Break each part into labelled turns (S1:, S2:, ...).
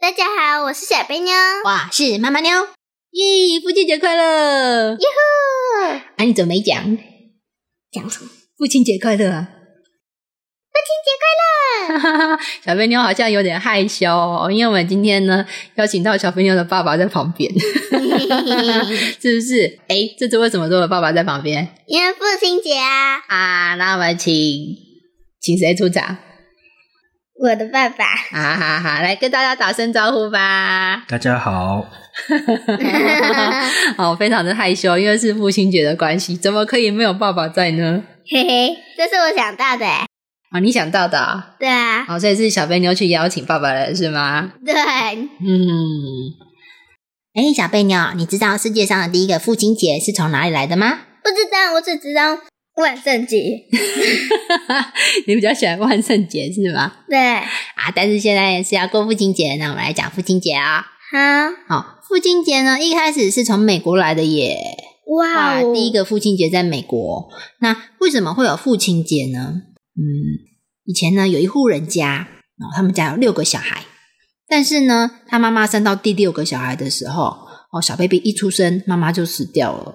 S1: 大家好，我是小贝妞。
S2: 我是妈妈妞，耶！父亲节快乐！耶
S1: 呼！
S2: 啊，你怎么没讲？
S1: 讲什么？
S2: 父亲节快乐啊！
S1: 父亲节快乐！
S2: 哈哈哈， 小肥妞好像有点害羞哦，因为我们今天呢邀请到小肥妞的爸爸在旁边， 是不是？哎，这次为什么说我爸爸在旁边
S1: 因为父亲节啊，
S2: 啊？那我们请请谁出场？
S1: 我的爸 爸。
S2: 哈哈哈，来跟大家打声招呼吧。
S3: 大家好，
S2: 哦，非常的害羞，因为是父亲节的关系，怎么可以没有爸爸在呢？
S1: 嘿嘿，这是我想到的欸。
S2: 啊，你想到的啊、
S1: 对啊，
S2: 哦，所以是小肥妞去邀请爸爸了，是吗？
S1: 对，啊
S2: 嗯，哎，小贝妞，你知道世界上的第一个父亲节是从哪里来的吗？
S1: 不知道，我只知道万圣节。
S2: 你比较喜欢万圣节是吗？
S1: 对，
S2: 啊，但是现在是要过父亲节，那我们来讲父亲节啊、
S1: 好，
S2: 哦，父亲节呢，一开始是从美国来的耶。
S1: 哇
S2: 哇，
S1: 哦，
S2: 第一个父亲节在美国，那为什么会有父亲节呢？嗯，以前呢有一户人家，哦，他们家有六个小孩，但是呢，他妈妈生到第六个小孩的时候，哦，小 baby 一出生，妈妈就死掉了，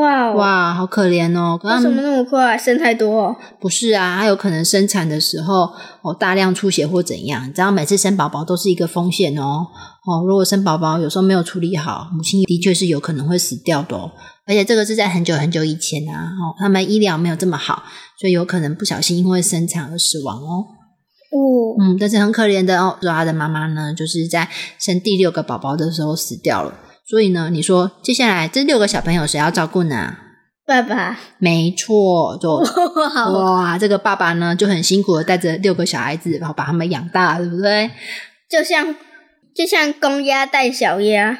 S1: 哇哦，
S2: 哇，好可怜哦。可
S1: 为
S2: 他
S1: 什么
S2: 们
S1: 那么快？生太多哦、
S2: 不是啊，还有可能生产的时候哦大量出血或怎样，你知道每次生宝宝都是一个风险哦。哦，如果生宝宝有时候没有处理好，母亲的确是有可能会死掉的哦。而且这个是在很久很久以前啊，哦，他们医疗没有这么好，所以有可能不小心因为生产而死亡哦。
S1: 哦，
S2: 嗯，但是很可怜的哦，说他的妈妈呢，就是在生第六个宝宝的时候死掉了。所以呢，你说接下来这六个小朋友谁要照顾呢？
S1: 爸爸，
S2: 没错，就
S1: 哇哦，
S2: 哇，这个爸爸呢就很辛苦的带着六个小孩子，然后把他们养大，对不对？
S1: 就像就像公鸭带小鸭，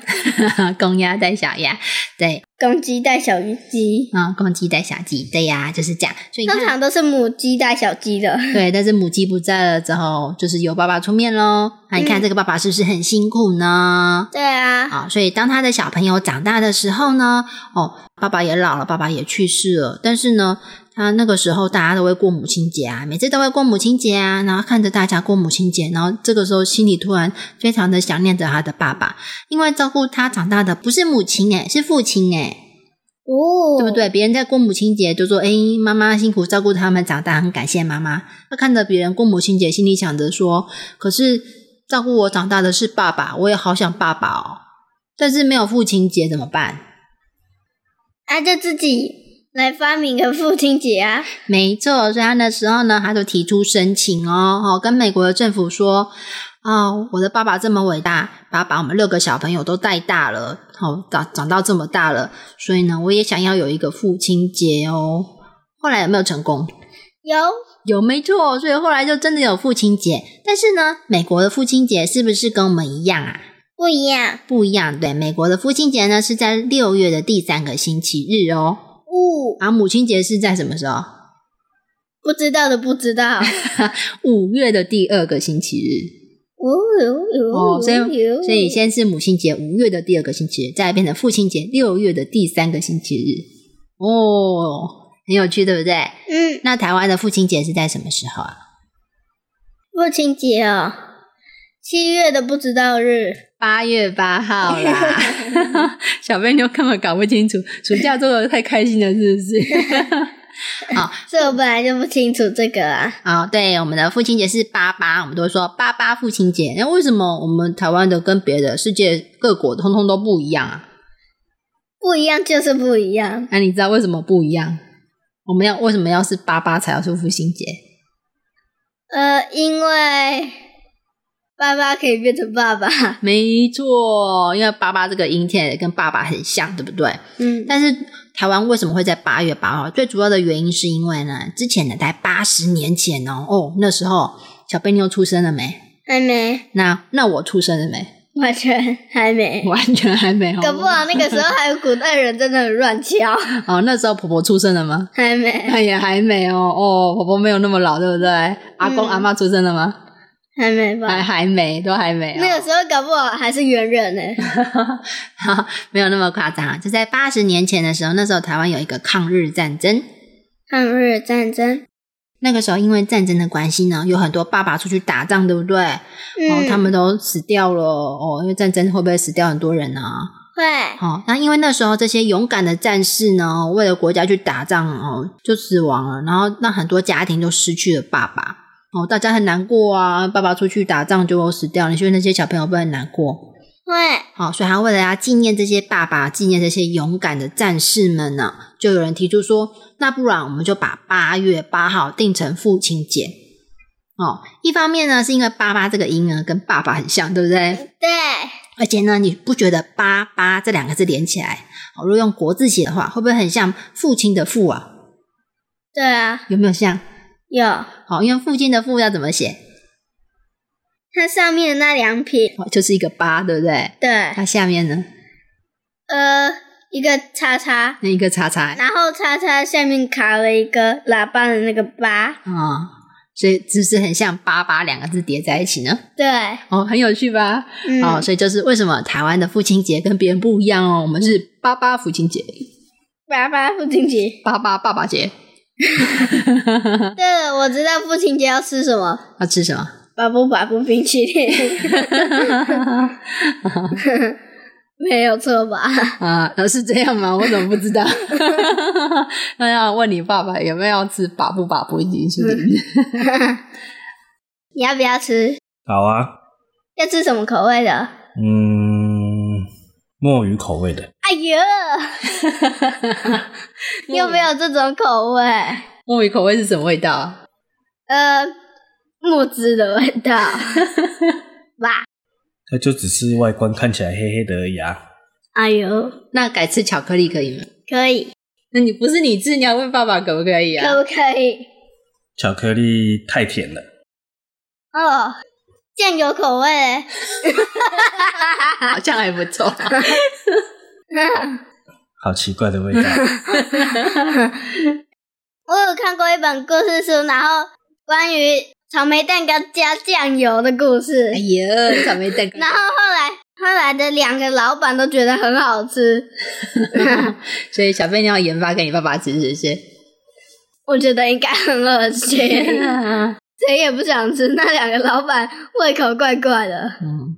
S2: 公鸭带小鸭，对，
S1: 公鸡带小鸡，
S2: 啊、公鸡带小鸡，对呀、就是这样。所以你
S1: 通
S2: 看，
S1: 常都是母鸡带小鸡的。
S2: 对，但是母鸡不在了之后，就是由爸爸出面喽。那你看
S1: 嗯
S2: 这个爸爸是不是很辛苦呢？
S1: 对啊，
S2: 啊，所以当他的小朋友长大的时候呢，哦，爸爸也老了，爸爸也去世了，但是呢，他那个时候大家都会过母亲节啊，每次都会过母亲节啊，然后看着大家过母亲节，然后这个时候心里突然非常的想念着他的爸爸，因为照顾他长大的不是母亲哎诶，是父亲诶，
S1: 哦，
S2: 对不？对？别人在过母亲节就说：“哎，妈妈辛苦照顾他们长大，很感谢妈妈。”他看着别人过母亲节，心里想着说：“可是照顾我长大的是爸爸，我也好想爸爸哦。但是没有父亲节怎么办？
S1: 啊，就自己来发明个父亲节啊！
S2: 没错，所以他那时候呢，他就提出申请哦，哦，跟美国的政府说，哦，我的爸爸这么伟大，把把我们六个小朋友都带大了，哦，长长到这么大了，所以呢，我也想要有一个父亲节哦。后来有没有成功？
S1: 有
S2: 有，没错，所以后来就真的有父亲节。但是呢，美国的父亲节是不是跟我们一样啊？
S1: 不一样
S2: 不一样，对，美国的父亲节呢是在六月的第三个星期日哦，
S1: 哦，
S2: 而母亲节是在什么时候？
S1: 不知道的不知道
S2: 五月的第二个星期日
S1: 哦哦
S2: 哦，所以所以
S1: 现
S2: 先是母亲节五月的第二个星期日，再变成父亲节六月的第三个星期日，哦，很有趣，对不对？
S1: 嗯，
S2: 那台湾的父亲节是在什么时候啊？
S1: 父亲节哦，七月的不知道日，
S2: 八月八号啦， 小贝妞根本搞不清楚，暑假做的太开心了，是不 是？
S1: 这我本来就不清楚这个啊。
S2: 啊、对，我们的父亲节是八八，我们都会说八八父亲节。那为什么我们台湾的跟别的世界各国通通都不一样啊？
S1: 不一样就是不一样，
S2: 那、你知道为什么不一样？我们要为什么要是八八才要是父亲节？
S1: 呃，因为爸爸可以变成爸爸，
S2: 没错，因为八八这个音听起来跟爸爸很像，对不对？
S1: 嗯，
S2: 但是台湾为什么会在八月八号？最主要的原因是因为呢，之前呢，在八十年前哦，哦，那时候小贝妞出生了没？
S1: 还没，
S2: 那那我出生了没？
S1: 完全还没。
S2: 完全还没。好
S1: 搞不好那个时候还有古代人真的很乱敲，
S2: 哦，那时候婆婆出生了吗？
S1: 还没，
S2: 那也还没哦。哦，婆婆没有那么老，对不对？阿公、
S1: 哎嗯
S2: 阿妈出生了吗？
S1: 还没吧？
S2: 还还没，都还没、哦。
S1: 那个时候搞不好还是猿人呢、
S2: 好， 没有那么夸张。啊就在八十年前的时候，那时候台湾有一个抗日战争，
S1: 抗日战争，
S2: 那个时候因为战争的关系呢，有很多爸爸出去打仗，对不对？哦，
S1: 嗯，
S2: 他们都死掉了哦，因为战争会不会死掉很多人呢、
S1: 会，
S2: 哦，那因为那时候这些勇敢的战士呢，为了国家去打仗哦，就死亡了，然后让很多家庭都失去了爸爸哦，大家很难过啊，爸爸出去打仗结果死掉了，你觉得那些小朋友会不会很难过？
S1: 会，
S2: 好，所以他为了要纪念这些爸爸，纪念这些勇敢的战士们呢，就有人提出说，那不然我们就把八月八号定成父亲节。哦，一方面呢，是因为“八八”这个音呢跟爸爸很像，对不对？
S1: 对，
S2: 而且呢，你不觉得“八八”这两个字连起来，哦如果用国字写的话，会不会很像父亲的“父”啊？
S1: 对啊，
S2: 有没有像？
S1: 有，
S2: 好、因为父亲的“父”要怎么写？
S1: 它上面的那两撇，
S2: 哦，就是一个“八”，对不对？
S1: 对，
S2: 那下面呢，
S1: 呃，一个叉叉，
S2: 那一个叉叉，啊
S1: 然后叉叉下面卡了一个喇叭的那个八，
S2: 啊、所以是不是很像“八八”两个字叠在一起呢？
S1: 对，
S2: 哦，很有趣吧？
S1: 嗯，
S2: 哦，所以就是为什么台湾的父亲节跟别人不一样哦，我们是八八父亲节，
S1: 八八父亲节。
S2: 八八爸爸节。
S1: 对了，我知道父亲节要吃什么，
S2: 要吃什么？
S1: 巴布巴布冰淇淋， 没有错吧？
S2: 啊，呃是这样吗？我怎么不知道？ 那要问你爸爸有没有要吃巴布巴布冰淇淋？
S1: 你要不要吃？
S3: 好啊，
S1: 要吃什么口味的？
S3: 嗯，墨鱼口味的，
S1: 哎呦，有没有这种口味？
S2: 墨鱼口味是什么味道啊？
S1: 呃，木质的味道，哇！
S3: 它就只是外观看起来黑黑的而已啊。
S1: 哎呦，
S2: 那改吃巧克力可以吗？
S1: 可以，
S2: 那你不是你吃，你要问爸爸可不可以啊？
S1: 可不可以？
S3: 巧克力太甜了，
S1: 哦，酱油口味 嘞，
S2: 好像还不 错。
S3: 好奇怪的味道。
S1: 我有看过一本故事书，然后关于草莓蛋糕加酱油的故事
S2: 哎，呀，草莓 蛋糕
S1: 然。后后来后来的两个老板都觉得很好吃，
S2: 所以小贝你要研发给你爸爸吃， 是不是？
S1: 我觉得应该很恶 心，谁也不想吃。那两个老板胃口怪怪的，
S2: 嗯。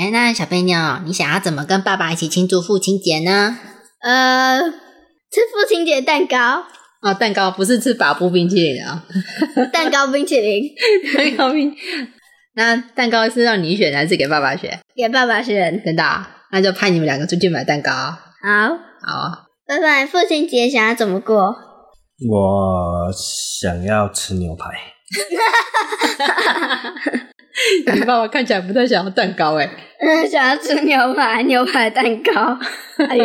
S2: 哎，那小贝妞，你想要怎么跟爸爸一起庆祝父亲节呢？
S1: 呃，吃父亲节蛋糕、
S2: 哦，蛋糕不是吃法布冰淇淋 啊、
S1: 蛋糕冰淇淋
S2: 蛋糕冰。那蛋糕是让你选还是给爸爸选？
S1: 给爸爸选。
S2: 真的啊、那就派你们两个出去买蛋糕啊。
S1: 好，
S2: 好啊，
S1: 拜拜。父亲节想要怎么过？
S3: 我想要吃牛排，
S2: 你 爸爸看起来不太想要蛋糕哎。
S1: 嗯， 想要吃牛排，牛排蛋糕。哎呦，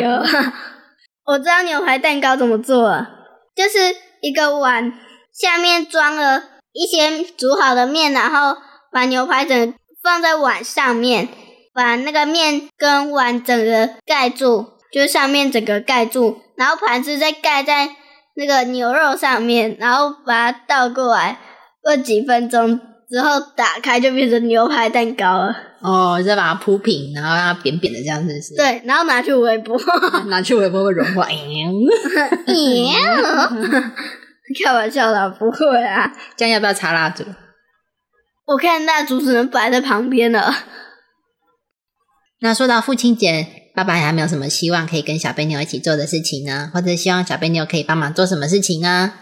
S1: 我知道牛排蛋糕怎么做了，就是一个碗下面装了一些煮好的面，然后把牛排整个放在碗上面，把那个面跟碗整个盖住，就是上面整个盖住，然后盘子再盖在那个牛肉上面，然后把它倒过来，过几分钟之后打开就变成牛排蛋糕了。
S2: 哦，再把它铺平，然后让它扁扁的，这样子是？。
S1: 对，然后拿去微波。
S2: 拿去微波会融化。嗯
S1: 开玩笑啦，不会啊！
S2: 这样要不要插蜡烛？
S1: 我看蜡烛只能摆在旁边了。
S2: 那说到父亲节，爸爸还有没有什么希望可以跟小贝妞一起做的事情呢？或者希望小贝妞可以帮忙做什么事情呢？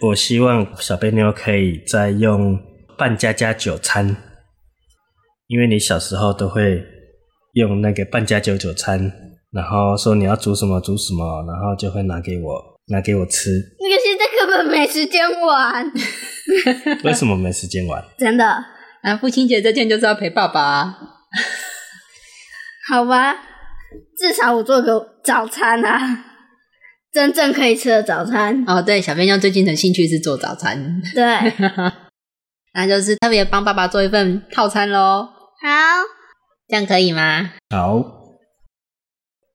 S3: 我希望小贝妞可以再用半加加酒餐，因为你小时候都会用那个半加九酒餐，然后说你要煮什么煮什么，然后就会拿给我拿给我吃。
S1: 那个现在根本没时间玩，
S3: 为什么没时间玩？
S1: 真的？
S2: 啊，父亲节这天就是要陪爸爸、啊。
S1: 好吧，至少我做个早餐啊，真正可以吃的早餐。
S2: 哦，对，小贝妞最近的兴趣是做早餐。
S1: 对，
S2: 那就是特别帮爸爸做一份套餐喽，
S1: 好，
S2: 这样可以吗？
S3: 好，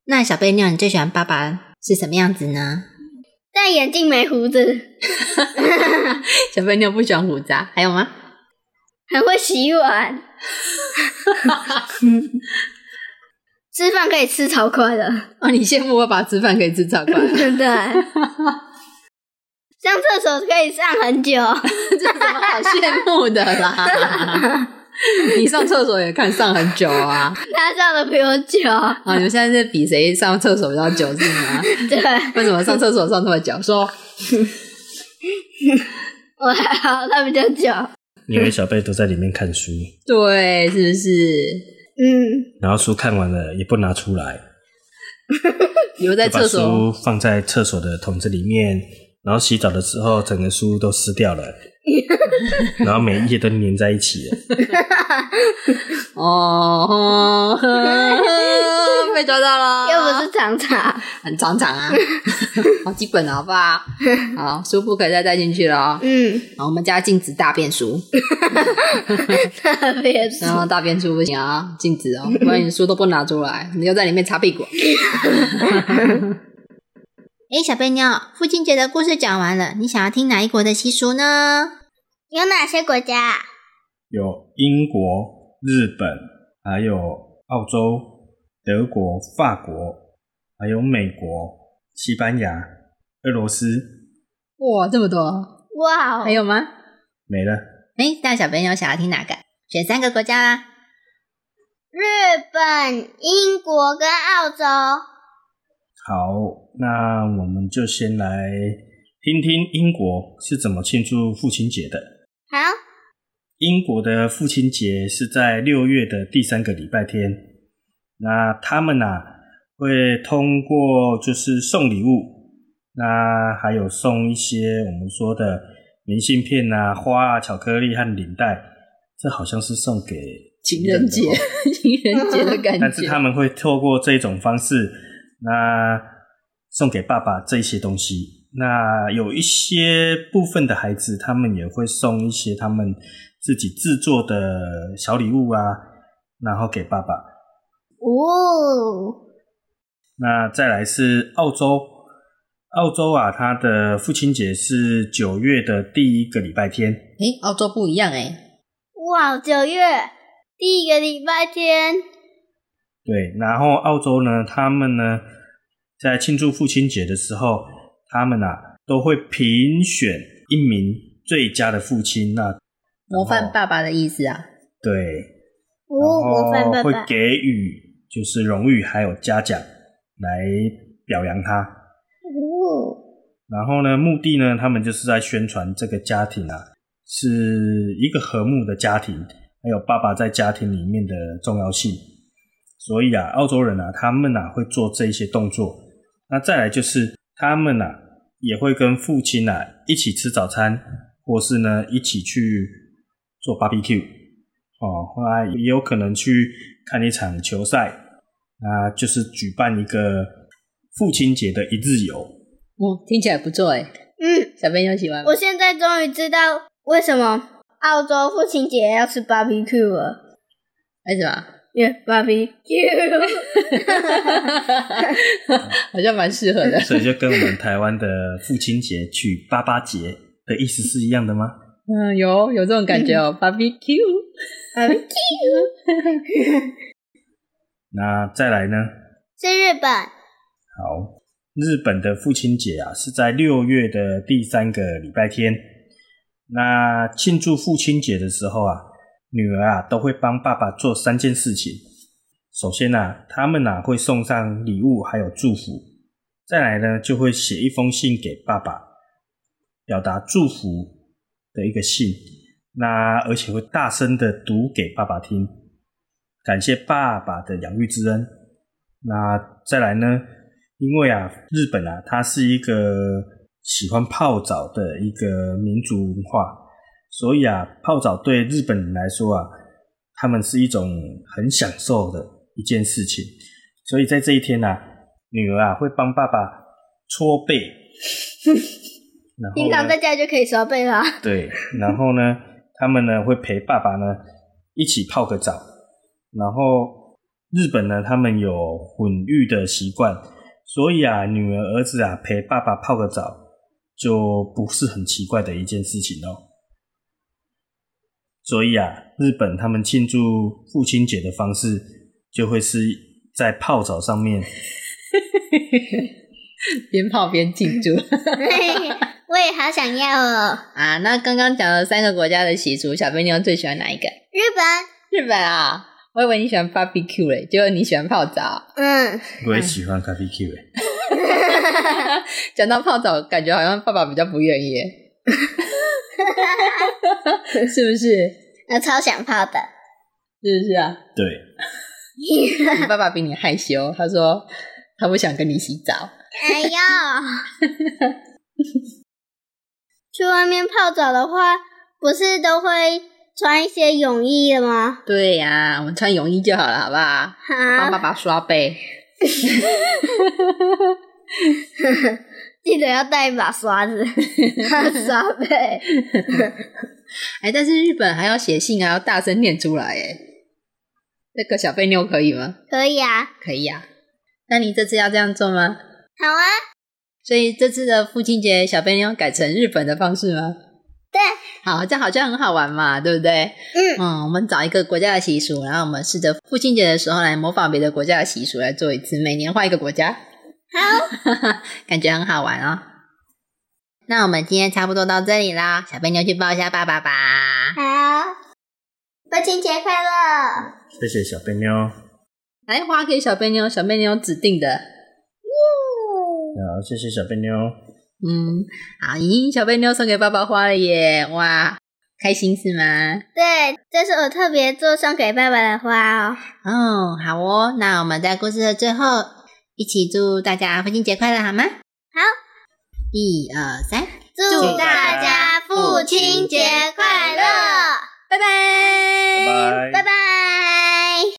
S2: 那小贝妞，你最喜欢爸爸是什么样子呢？
S1: 戴眼镜没胡子，
S2: 小贝妞不喜欢胡渣，还有吗？
S1: 很会洗碗，吃饭可以吃超快的，
S2: 哦，你羡慕我爸吃饭可以吃超快，
S1: 对， 上厕所可以上很久，
S2: 这有什么好羡慕的 啦？你上厕所也看上很久啊！
S1: 他上的比我久，
S2: 啊，你们现在是比谁上厕所比较久是吗？
S1: 对
S2: 为什么上厕所上那么久？说
S1: 我还好，他比较久，
S3: 因为小贝都在里面看书，
S2: 对，是不是？
S1: 嗯，
S3: 然后书看完了也不拿出来，
S2: 留在
S3: 就把
S2: 厕所，
S3: 书放在厕所的桶子里面，然后洗澡的时候整个书都湿 掉了，然后每一页都粘在一起了。
S2: 哦，哼被抓到了，
S1: 又不是常常，
S2: 很长长啊， 好基本了好不好？好，书不可以再带进去了哦。
S1: 嗯，
S2: 好我们家禁止大便书，
S1: 特别是
S2: 然后大便书不行啊，禁止哦，不然你书都不拿出来，你就在里面擦屁股。哎，小贝妞，父亲节的故事讲完了，你想要听哪一国的习俗呢？
S1: 有哪些国家啊？
S3: 有英国、日本，还有澳洲、德国、法国，还有美国、西班牙、俄罗斯，
S2: 哇，这么多，
S1: 哇哦
S2: 还，有吗？
S3: 没了。
S2: 哎，那小朋友想要听哪个？选三个国家啦。
S1: 日本、英国跟澳洲，
S3: 好，那我们就先来听听英国是怎么庆祝父亲节的。
S1: 好，
S3: 英国的父亲节是在六月的第三个礼拜天。那他们啊，会通过就是送礼物，那还有送一些我们说的明信片啊、花啊、巧克力和领带。这好像是送给
S2: 情人节
S3: 哦，
S2: 情人节的感觉。
S3: 但是他们会透过这种方式，那送给爸爸这些东西。那有一些部分的孩子，他们也会送一些他们自己制作的小礼物啊，然后给爸爸。
S1: 哦，
S3: 那再来是澳洲，澳洲啊，它的父亲节是九月的第一个礼拜天。
S2: 哎，澳洲不一样哎，
S1: 哇，哦九月第一个礼拜天，
S3: 对，然后澳洲呢，他们呢在庆祝父亲节的时候，他们啊都会评选一名最佳的父亲，那
S2: 模范爸爸的意思啊。
S3: 对，
S1: 哦，模
S3: 然
S1: 范爸
S3: 后会
S1: 爸，
S3: 给予就是荣誉还有嘉奖来表扬他。
S1: 哦，
S3: 然后呢，目的呢，他们就是在宣传这个家庭啊是一个和睦的家庭，还有爸爸在家庭里面的重要性。所以啊，澳洲人啊，他们啊会做这一些动作。那再来就是他们啊也会跟父亲啊一起吃早餐，或是呢一起去做 barbecue 哦，后来也有可能去看一场球赛，那就是举办一个父亲节的一日游。
S2: 哦，听起来不错哎，
S1: 嗯，
S2: 小朋友喜欢吗
S1: 我？现在终于知道为什么澳洲父亲节要吃 barbecue 了，
S2: 为什么？
S1: 耶、yeah,，barbecue，
S2: 好像蛮适合的。
S3: 所以就跟我们台湾的父亲节去八八节的意思是一样的吗？
S2: 嗯，有有这种感觉哦，barbecue。
S3: 那再来呢？
S1: 是日本，
S3: 好，日本的父亲节啊是在六月的第三个礼拜天。那庆祝父亲节的时候啊，女儿啊都会帮爸爸做三件事情。首先啊，他们啊会送上礼物还有祝福，再来呢就会写一封信给爸爸，表达祝福的一个信。那而且会大声的读给爸爸听，感谢爸爸的养育之恩。那再来呢？因为啊，日本啊，它是一个喜欢泡澡的一个民族文化，所以啊，泡澡对日本人来说啊，他们是一种很享受的一件事情。所以在这一天啊，女儿啊会帮爸爸搓背， 然后呢
S1: 平常在家就可以刷背啦，
S3: 对，然后呢，他们呢会陪爸爸呢一起泡个澡，然后日本呢他们有混浴的习惯，所以啊女儿儿子啊陪爸爸泡个澡就不是很奇怪的一件事情哦。所以啊，日本他们庆祝父亲节的方式，就会是在泡澡上面。
S2: 边泡边庆祝
S1: 我也好想要哦。
S2: 啊！那刚刚讲了三个国家的习俗，小贝妞最喜欢哪一个？
S1: 日本，
S2: 日本啊，我以为你喜欢 barbecue 嘞，结果你喜欢泡澡。
S1: 嗯，
S3: 我也喜欢咖啡 Q 诶，
S2: 讲到泡澡，感觉好像爸爸比较不愿意耶， 是不是？是
S1: 我超想泡的。
S2: 不是啊？
S3: 对，
S2: 你爸爸比你害羞，他说他不想跟你洗澡。
S1: 哎呦， 去外面泡澡的话，不是都会穿一些泳衣的吗？
S2: 对呀、我们穿泳衣就好了，好不好？帮
S1: 哈，
S2: 爸爸刷背。
S1: 记得要带一把刷子， 刷背。
S2: 哎，但是日本还要写信啊，要大声念出来哎。这个小贝妞可以吗？
S1: 可以啊，
S2: 可以呀、那你这次要这样做吗？
S1: 好啊，
S2: 所以这次的父亲节，小贝妞改成日本的方式吗？
S1: 对，
S2: 好，这样好像很好玩嘛，对不对？
S1: 嗯，
S2: 嗯，我们找一个国家的习俗，然后我们试着父亲节的时候来模仿别的国家的习俗来做一次，每年换一个国家，
S1: 好，
S2: 感觉很好玩哦。那我们今天差不多到这里啦，小贝妞去抱一下爸爸吧。
S1: 好，父亲节快乐！
S3: 谢谢小贝妞，哦然
S2: 来，哎花给小贝妞，小贝妞指定的。
S3: 后谢谢小贝妞，哦
S2: 嗯，好，咦，小贝妞送给爸爸花了耶，哇，开心是吗？
S1: 对，这是我特别做送给爸爸的花哦。
S2: 哦，好哦，那我们在故事的最后，一起祝大家父亲节快乐好吗？好，一二三。
S1: 祝
S2: 大
S1: 大家
S3: 家
S1: 父亲节快